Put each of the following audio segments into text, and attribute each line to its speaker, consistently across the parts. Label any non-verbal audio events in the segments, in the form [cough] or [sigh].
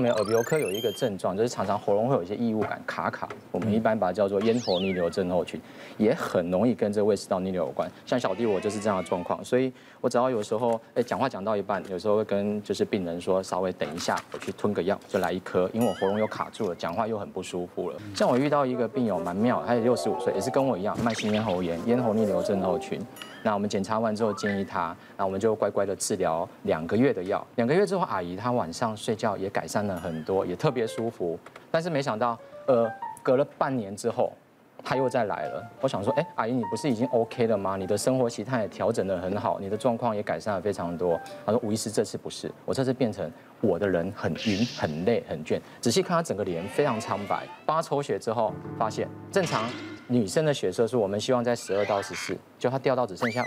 Speaker 1: 我们耳鼻喉科有一个症状，就是常常喉咙会有一些异物感，卡卡，我们一般把它叫做咽喉逆流症候群，也很容易跟这胃食道逆流有关。像小弟我就是这样的状况，所以我只要有时候哎讲话讲到一半，有时候会跟就是病人说哎稍微等一下，我去吞个药，就来一颗，因为我喉咙又卡住了，讲话又很不舒服了。像我遇到一个病友蛮妙，他也六十五岁，也哎是跟我一样慢性咽喉炎、咽喉逆流症候群。那我们检查完之后建议他，那我们就乖乖的治疗两个月的药。两个月之后，阿姨她晚上睡觉也改善了很多，也特别舒服。但是没想到，呃，隔了半年之后，她又再来了。我想说，哎，阿姨你不是已经 OK 了吗？你的生活习态也调整得很好，你的状况也改善了非常多。她说，吴医师这次不是，我这次变成我的人很晕、很累、很倦。仔细看她整个脸非常苍白。帮她抽血之后，发现正常。女生的血色素，我们希望在十二到十四，就它掉到只剩下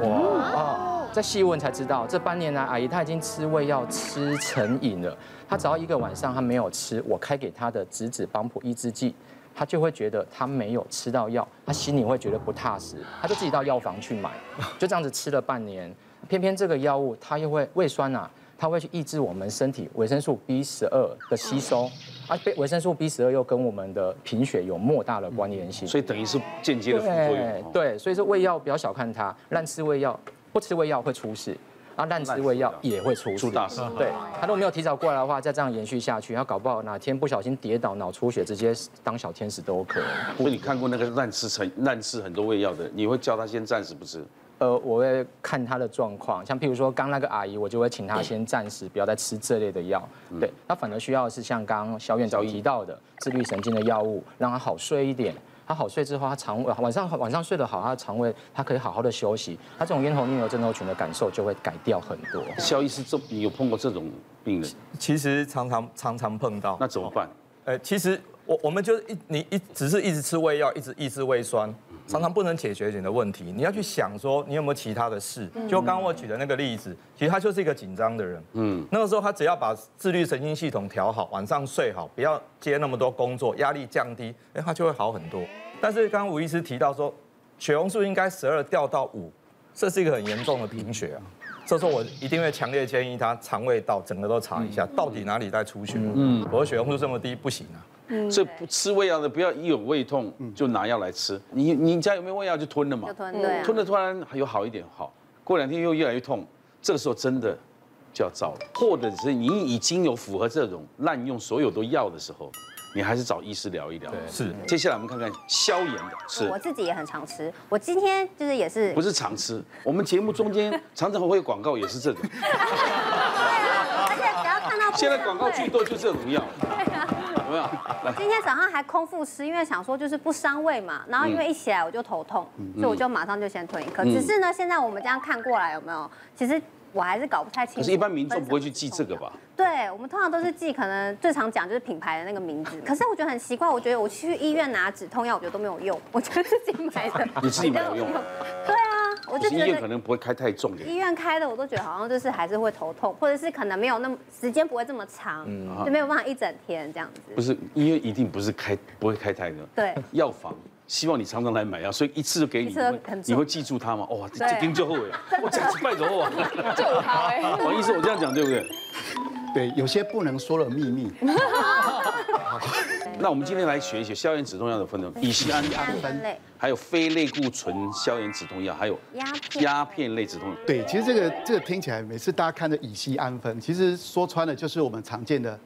Speaker 1: 五。哇！哦，再细问才知道，这半年来阿姨她已经吃胃药吃成瘾了。她只要一个晚上她没有吃我开给她的质子帮普抑制剂，她就会觉得她没有吃到药，她心里会觉得不踏实，她就自己到药房去买，就这样子吃了半年。偏偏这个药物它又会胃酸啊，它会去抑制我们身体维生素 B 十二的吸收，而被维生素 B 十二又跟我们的贫血有莫大的关联性。
Speaker 2: 所以等于是间接的副作
Speaker 1: 对
Speaker 2: 用。，哦
Speaker 1: 对，所以说胃药不要小看它，滥吃胃药，不吃胃药会出事。啊，滥吃胃药也会出事
Speaker 2: 出大事
Speaker 1: 对，他如果没有提早过来的话，再这样延续下去，他搞不好哪天不小心跌倒、脑出血，直接当小天使都有可能。
Speaker 2: 所以你看过那个滥吃成滥吃很多胃药的，你会叫他先暂时不吃。
Speaker 1: 呃，我会看她的状况，像譬如说刚那个阿姨，我就会请她先暂时不要再吃这类的药。对，她反而需要的是像刚刚肖院长提到的自律神经的药物，让她好睡一点。她好睡之后，她肠胃晚上晚上睡得好，她的肠胃她可以好好的休息，她这种咽喉逆流症候群的感受就会改掉很多。
Speaker 2: 肖医师，这你有碰过这种病人，
Speaker 3: 其实常常常常碰到。
Speaker 2: 那怎么办？
Speaker 3: 呃，其实我我们就一你一只是一直吃胃药，一直抑制胃酸，常常不能解决你的问题。你要去想说你有没有其他的事。就刚刚我举的那个例子，其实他就是一个紧张的人。嗯，那个时候他只要把自律神经系统调好，晚上睡好，不要接那么多工作，压力降低，哎，他就会好很多。但是刚刚吴医师提到说，血红素应该十二掉到五，这是一个很严重的贫血啊。这时候我一定会强烈建议他肠胃道整个都查一下，到底哪里在出血。嗯，我的血红素这么低不行啊。
Speaker 2: 所以不吃胃药的，不要一有胃痛就拿药来吃。你你家有没有胃药就吞了嘛
Speaker 4: 就？吞对啊
Speaker 2: 吞，了突然有好一点，好，过两天又越来越痛，这个时候真的就要照了。或者是你已经有符合这种滥用所有的药的时候，你还是找医师聊一聊。
Speaker 3: 是
Speaker 2: 接下来我们看看消炎的吃
Speaker 4: 我。自己也很常吃。我今天就是也是
Speaker 2: 不，是常吃，我们节目中间常常会有广告，也是这种。
Speaker 4: 啊而且只要看到
Speaker 2: 现在广告
Speaker 4: 剧
Speaker 2: 最多就这种药，有没有？来，
Speaker 4: 今天早上还空腹吃，因为想说就是不伤胃嘛，然后因为
Speaker 2: 嗯
Speaker 4: 一起来我就头痛，所以我就马上就先吞一颗。只是呢，现在我们这样看过来有没有？其实我还是搞不太清楚。
Speaker 2: 可是，一般民众不会去记这个吧？
Speaker 4: 对，我们通常都是记，可能最常讲就是品牌的那个
Speaker 2: [laughs]
Speaker 4: 名字。可是我觉得很奇怪，我觉得我去医院拿止痛药，我觉得都没有用，我觉得自己买的
Speaker 2: [laughs] 你自己买有用
Speaker 4: 比较对啊，我
Speaker 2: 就
Speaker 4: 就是觉
Speaker 2: 医院可
Speaker 4: 得。
Speaker 2: 能不会开太重的。
Speaker 4: 医院开的我都觉得好像就是还是会头痛，或者是可能没有那么时间不会这么长，就没有办法一整天这样
Speaker 2: 不
Speaker 4: 子。
Speaker 2: 是，医院一定不是开，不会开太重。
Speaker 4: 对
Speaker 2: 药房希望你常常来买啊药，所以一次就给你，
Speaker 4: 一
Speaker 2: 你
Speaker 4: 次就
Speaker 2: 会
Speaker 4: 很
Speaker 2: 你
Speaker 4: 重
Speaker 2: 会记住它吗？哇，这
Speaker 4: 对啊
Speaker 2: 这丁就后悔，我这次拜托我，啊
Speaker 5: 就好哎、
Speaker 2: 王医生，我这样讲对不对？
Speaker 6: 对，有些不能说的秘密，
Speaker 2: 那我们今天来学一学消炎止痛药的分类，乙酰氨
Speaker 4: 按
Speaker 2: 胺
Speaker 4: 分类，
Speaker 2: 还有非类固醇消炎止痛药，还有
Speaker 4: 鸦片
Speaker 2: 鸦片类止痛药。
Speaker 6: 对，其实这个这个听起来，每次大家看着乙烯氨酚，其实说穿了就是我们常见的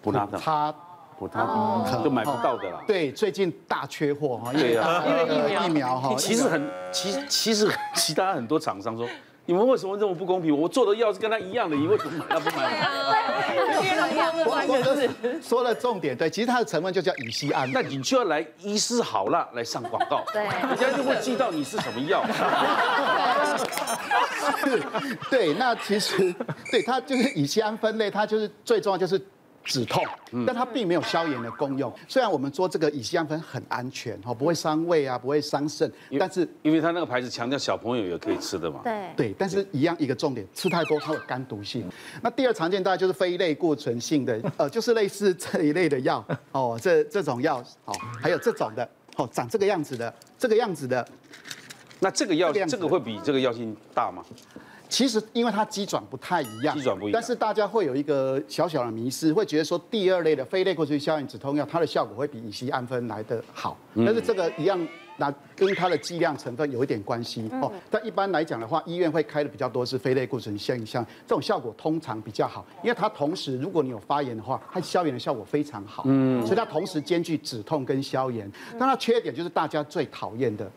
Speaker 2: 普拉疼
Speaker 6: 它
Speaker 2: 普他
Speaker 4: 哦
Speaker 2: 疼就买不到的啦。
Speaker 6: 对，最近大缺货哈，因
Speaker 2: 对
Speaker 6: 为呃
Speaker 2: 啊
Speaker 6: 疫苗
Speaker 4: 哦
Speaker 6: 哈，
Speaker 2: 其实很，其其实 [laughs] 其他很多厂商说，你们为什么这么不公平？我做的药是跟他一样的，你为什么买他不
Speaker 4: [laughs]
Speaker 2: 买我？
Speaker 6: 我我都说了重点，对，其实它的成分就叫乙酰氨
Speaker 2: 那
Speaker 6: 酚。
Speaker 2: 你就要来医师好啦，来上广告，
Speaker 4: 对
Speaker 2: 人家就会记到你是什么药。
Speaker 4: [laughs]
Speaker 6: [laughs] 对，那其实对它就是乙酰氨酚类，它就是最重要就是止痛，
Speaker 2: 嗯
Speaker 6: 但它并没有消炎的功用。虽然我们说这个乙酰氨酚很安全哈，不会伤胃啊，不会伤肾，但是
Speaker 2: 因为他那个牌子强调小朋友也可以吃的嘛。
Speaker 4: 对，
Speaker 6: 对，但是一样一个重点，吃太多它有肝毒性。那第二常见大概就是非类固醇性的，呃，就是类似这一类的药哦，这这种药哦，还有这种的哦，长这个样子的，这个样子的，
Speaker 2: 那这个药，
Speaker 6: 这个样子
Speaker 2: 这个会比这个药性大吗？
Speaker 6: 其实因为它机转不太一样，
Speaker 2: 机转不一样
Speaker 6: 但是大家会有一个小小的迷失，会觉得说第二类的非类固醇消炎止痛药，它的效果会比乙酰氨酚来的好，
Speaker 2: 嗯
Speaker 6: 但是这个一样。那跟它的剂量成分有一点关系哦，但一般来讲的话，医院会开的比较多是非类固醇现象，这种效果通常比较好，因为它同时如果你有发炎的话，它消炎的效果非常好，嗯，所以它同时兼具止痛跟消炎。但它缺点就是大家最讨厌的，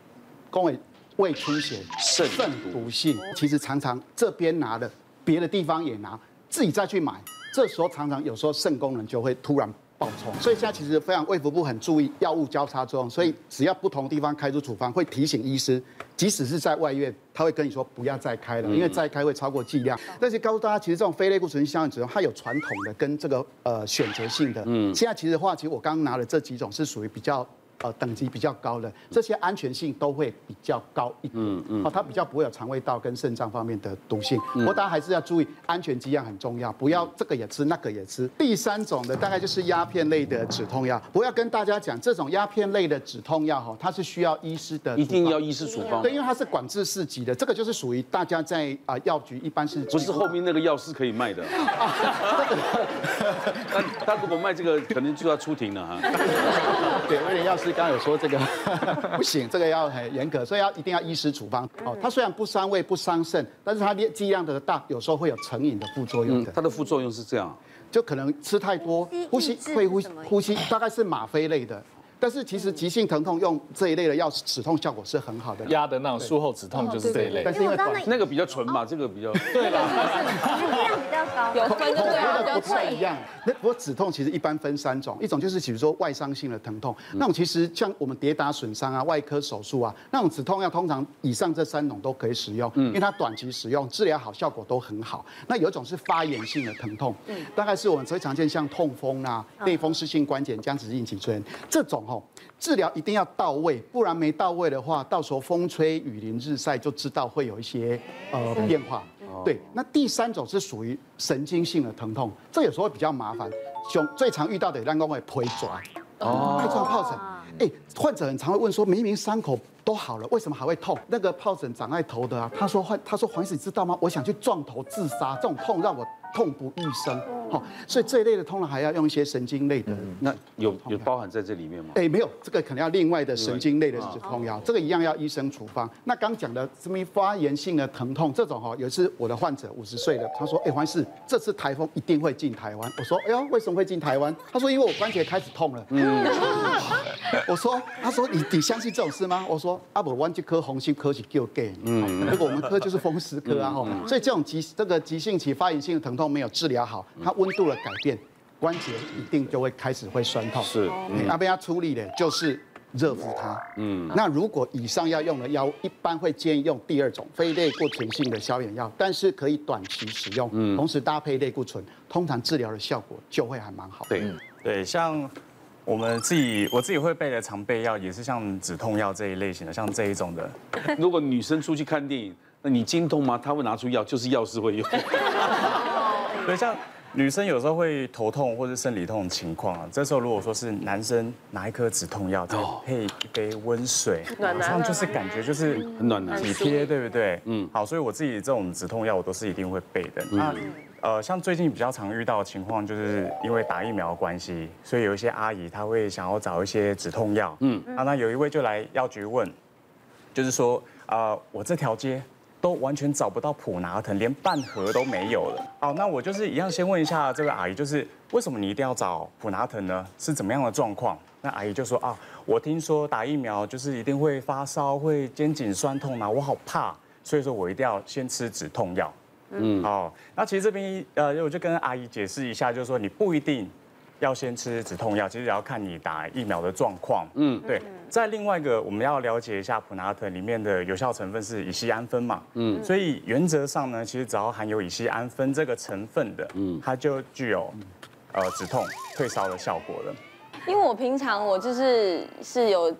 Speaker 6: 公胃胃出血、
Speaker 2: 肾毒
Speaker 6: 毒性，其实常常这边拿的，别的地方也拿，自己再去买，这时候常常有时候肾功能就会突然。爆冲，所以现在其实非常卫福部很注意药物交叉作用，所以只要不同地方开出处方，会提醒医师，即使是在外院，他会跟你说不要再开了，因为再开会超过剂量。但是告诉大家，其实这种非类固醇相应使用，它有传统的跟这个呃选择性的。嗯，现在其实的话，其实我刚刚拿的这几种是属于比较。呃，等级比较高的这些安全性都会比较高一点，嗯嗯，哦，它比较不会有肠胃道跟肾脏方面的毒性。
Speaker 2: 嗯
Speaker 6: 不过大家还是要注意安全剂量很重要，不要这个也吃那个也吃。第三种的大概就是鸦片类的止痛药，不要跟大家讲这种鸦片类的止痛药哈，它是需要医师的
Speaker 2: 一定
Speaker 6: 处
Speaker 2: 要
Speaker 6: 方
Speaker 2: 医师处方
Speaker 6: 对，，因为它是管制四级的，这个就是属于大家在啊药局一般是
Speaker 2: 不是后
Speaker 6: [laughs]
Speaker 2: 面那个药是可以
Speaker 4: [laughs]
Speaker 2: 卖的。他他如果卖这个，可能就要出庭了哈。
Speaker 6: [laughs] 对，威廉药师刚刚有说这个 [laughs] 不行，这个要很严格，所以要一定要医师处方。哦，
Speaker 4: 嗯
Speaker 6: 它虽然不伤胃不伤肾，但是它剂量的大，有时候会有成瘾的副作用
Speaker 2: 嗯
Speaker 6: 的，，
Speaker 2: 它的副作用是这样，
Speaker 6: 就可能吃太多，呼
Speaker 4: 呼
Speaker 6: 吸
Speaker 4: 吸
Speaker 6: 会呼
Speaker 4: 抑制是什么意思
Speaker 6: 呼吸，大概是吗啡类的。但是其实急性疼痛用这一类的药止痛效果是很好的，
Speaker 5: 压的那种术后止
Speaker 4: 哦
Speaker 5: 痛就是这一类
Speaker 6: 但。是因为
Speaker 4: 因为我
Speaker 6: 管
Speaker 4: 知道
Speaker 2: 那个比较纯吧，这个
Speaker 4: [laughs]
Speaker 2: 比较
Speaker 4: 剂量比较高。
Speaker 7: 有分就
Speaker 6: 口
Speaker 7: 对了，
Speaker 6: 碑的
Speaker 7: 不要
Speaker 6: 不太一
Speaker 7: 退。
Speaker 6: 样。那不过止痛其实一般分三种，一种就是比如说外伤性的疼痛，那种其实像我们跌打损伤啊、外科手术啊，那种止痛药通常以上这三种都可以使用，因为它短期使用治疗好，效果都很好。那有一种是发炎性的疼痛，大概是我们最常见像痛风啊、类风湿性关节僵直性脊椎炎这种哦，治疗一定要到位，不然没到位的话，到时候风吹雨淋日晒就知道会有一些呃变化。对，那第三种是属于神经性的疼痛，这有时候会比较麻烦。胸最常遇到的，让我们腿抓，哦，带状疱疹。哎，患者很常会问说，明明伤口都好了，为什么还会痛？那个疱疹长在头的啊，他说患，他说黄医师你知道吗？我想去撞头自杀，这种痛让我痛不欲生。好，所以这一类的通常还要用一些神经类的
Speaker 2: 那有有包含在这里面吗？
Speaker 6: 哎，没有，这个可能要另外的神经类的止痛药，这个哦一样要医生处方。那刚讲的什么发炎性的疼痛这种哈，有一次我的患者五十岁的，他说，哎，黄医师，这次台风一定会进台湾。我说，哎呦，为什么会进台湾？他说，因为我关节开始痛了。我说，他说你你相信这种事吗？我说阿伯湾这科红心科是救 gay，嗯，如果我们科就是风湿科啊吼，所以这种急这个急性期发炎性的疼痛没有治疗好，它温度的改变，关节一定就会开始会酸痛。
Speaker 2: 是
Speaker 6: 嗯，那被它处理的就是。热敷它，嗯，那如果以上要用的药物，一般会建议用第二种非类固醇性的消炎药，但是可以短期使用，嗯，同时搭配类固醇，通常治疗的效果就会还蛮好。
Speaker 2: 对，
Speaker 7: 嗯
Speaker 5: 对，像我们自己我自己会备的常备药也是像止痛药这一类型的，像这一种的。
Speaker 2: [laughs] 如果女生出去看电影，那你经痛吗？她会拿出药，就是药师会用。
Speaker 5: 对，像女生有时候会头痛或是生理痛的情况啊，这时候如果说是男生拿一颗止痛药，再配一杯温水，
Speaker 7: 暖
Speaker 5: 马
Speaker 7: 男
Speaker 5: 上
Speaker 7: 了
Speaker 5: 就是感觉就是
Speaker 2: 很暖
Speaker 7: [laughs]
Speaker 2: 男
Speaker 5: 体贴，对不对？嗯，好，所以我自己这种止痛药我都是一定会备的。那呃，像最近比较常遇到的情况，就是因为打疫苗的关系，所以有一些阿姨她会想要找一些止痛药。嗯，啊，那有一位就来药局问，就是说，呃，我这条街都完全找不到普拿疼，连半盒都没有了。哦，那我就是一样先问一下这位阿姨，就是为什么你一定要找普拿疼呢？是怎么样的状况？那阿姨就说啊，我听说打疫苗就是一定会发烧、会肩颈酸痛啊，我好怕，所以说我一定要先吃止痛药。嗯，哦，那其实这边呃，我就跟阿姨解释一下，就是说你不一定要先吃止痛药，其实也要看你打疫苗的状况。嗯，对。再另外一个，我们要了解一下普拿疼里面的有效成分是乙酰氨酚嘛。嗯，所以原则上呢，其实只要含有乙酰氨酚这个成分的，嗯，它就具有呃止痛、退烧的效果了。
Speaker 7: 因为我平常我就是是有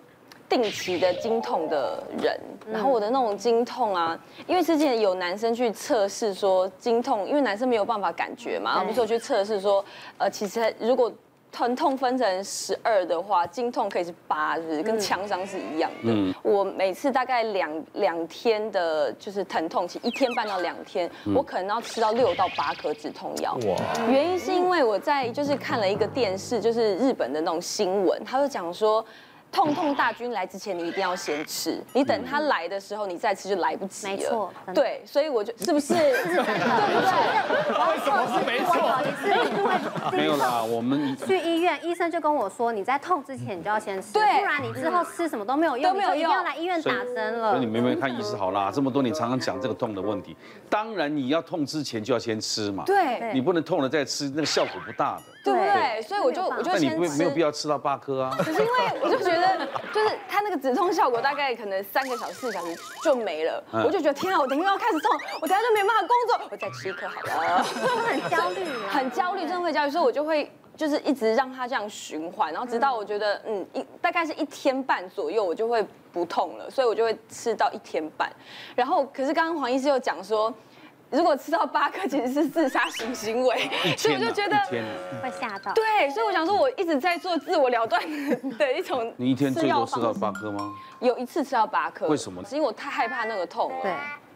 Speaker 7: 定期的经痛的人，然后我的那种经痛啊，因为之前有男生去测试说经痛，因为男生没有办法感觉嘛，然后不是有去测试说，呃，其实如果疼痛分成十二的话，经痛可以是八，是不是？跟枪伤是一样的。我每次大概两两天的，就是疼痛期，一天半到两天，我可能要吃到六到八颗止痛药。原因是因为我在就是看了一个电视，就是日本的那种新闻，他就讲说。痛痛大军来之前，你一定要先吃，你等它来的时候，你再吃就来不及了。
Speaker 4: 没错真的
Speaker 7: 对，所以我就是不是，对不对？
Speaker 4: 为什么是没错？一次因为
Speaker 2: 没有啦，我们
Speaker 4: 去医院，医生就跟我说，你在痛之前你就要先吃，不
Speaker 7: 对
Speaker 4: 然你之后吃什么都没有用，
Speaker 7: 都没有
Speaker 4: 你就一定要
Speaker 7: 用
Speaker 4: 来医院打针了。
Speaker 2: 所以你们有没有看医师好啦？这么多年常常讲这个痛的问题，当然你要痛之前就要先吃嘛。
Speaker 7: 对
Speaker 2: 你不能痛了再吃，那个效果不大的。
Speaker 7: 对不
Speaker 4: 对
Speaker 7: 对？所以我就我 [laughs] 就
Speaker 2: 那你
Speaker 7: 先
Speaker 2: 不
Speaker 7: 吃。
Speaker 2: 没有必要吃到八颗
Speaker 7: [laughs]
Speaker 2: 啊。
Speaker 7: 可是因为我就觉得，就是它那个止痛效果大概可能三个小时、四个小时就没了，
Speaker 2: 嗯
Speaker 7: 我就觉得天啊，我等一下要开始痛，我等一下就没办法工作，我再吃一颗好了。
Speaker 4: 很焦虑啊
Speaker 7: 很焦虑，真的会焦虑，所以我就会。就是一直让它这样循环，然后直到我觉得，嗯，一大概是一天半左右，我就会不痛了，所以我就会吃到一天半。然后，可是刚刚黄医师又讲说，如果吃到八颗，其实是自杀型行 [laughs] 为，所以我就觉得，
Speaker 2: 哦一天啊
Speaker 4: 会吓到。
Speaker 7: 对，所以我想说，我一直在做自我了断的一种
Speaker 2: 你一天最多吃
Speaker 7: 药
Speaker 2: 到
Speaker 7: 方
Speaker 2: 八颗吗？
Speaker 7: 有一次吃到八颗，
Speaker 2: 为什么
Speaker 7: 是因为我太害怕那个痛了。
Speaker 4: 对。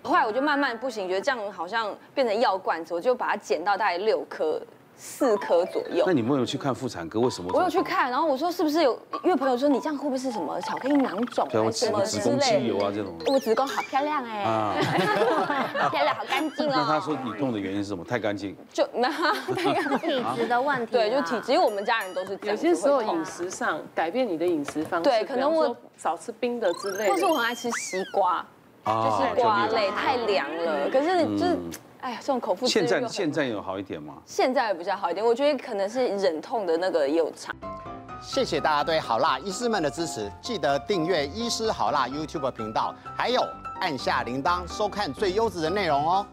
Speaker 7: 后来我就慢慢不行，觉得这样好像变成药罐子，我就把它减到大概六颗、四颗左右
Speaker 2: 那。你们有去看妇产科？为什么？
Speaker 7: 我有去。看，然后我说是不是有？因为朋友说你这样会不会是什么巧克力囊肿
Speaker 2: 对啊，
Speaker 7: 还
Speaker 2: 我
Speaker 7: 是什
Speaker 2: 子
Speaker 7: 么
Speaker 2: 子
Speaker 7: 之
Speaker 2: 宫肌
Speaker 7: 类
Speaker 2: 瘤
Speaker 7: 的？
Speaker 2: 啊这种。
Speaker 7: [laughs] 我子宫好漂亮哎、
Speaker 2: 啊，
Speaker 7: 好漂亮，好干净哦。
Speaker 2: 那他说你痛的原因是什么？太干净。
Speaker 7: 就那
Speaker 4: 体质的问题，
Speaker 7: [laughs]
Speaker 4: 啊
Speaker 7: 对，就体质，。因为我们家人都是这
Speaker 8: 有
Speaker 7: 样子
Speaker 8: 些
Speaker 7: 会
Speaker 8: 时候
Speaker 7: 痛，啊
Speaker 8: 饮食上改变你的饮食方式，
Speaker 7: 对可能我
Speaker 8: 比方说少吃冰的之类的，
Speaker 7: 或是我很爱吃西瓜，就
Speaker 2: 啊
Speaker 7: 是瓜类太凉了。可是就是，哎呀，这种口腹之
Speaker 2: 现
Speaker 7: 欲又
Speaker 2: 在
Speaker 7: 很
Speaker 2: 现在有好一点吗？
Speaker 7: 现在比较好一点，我觉得可能是忍痛的那个也有差。
Speaker 9: 谢谢大家对好辣医师们的支持，记得订阅医师好辣 YouTube 频道，还有按下铃铛收看最优质的内容哦。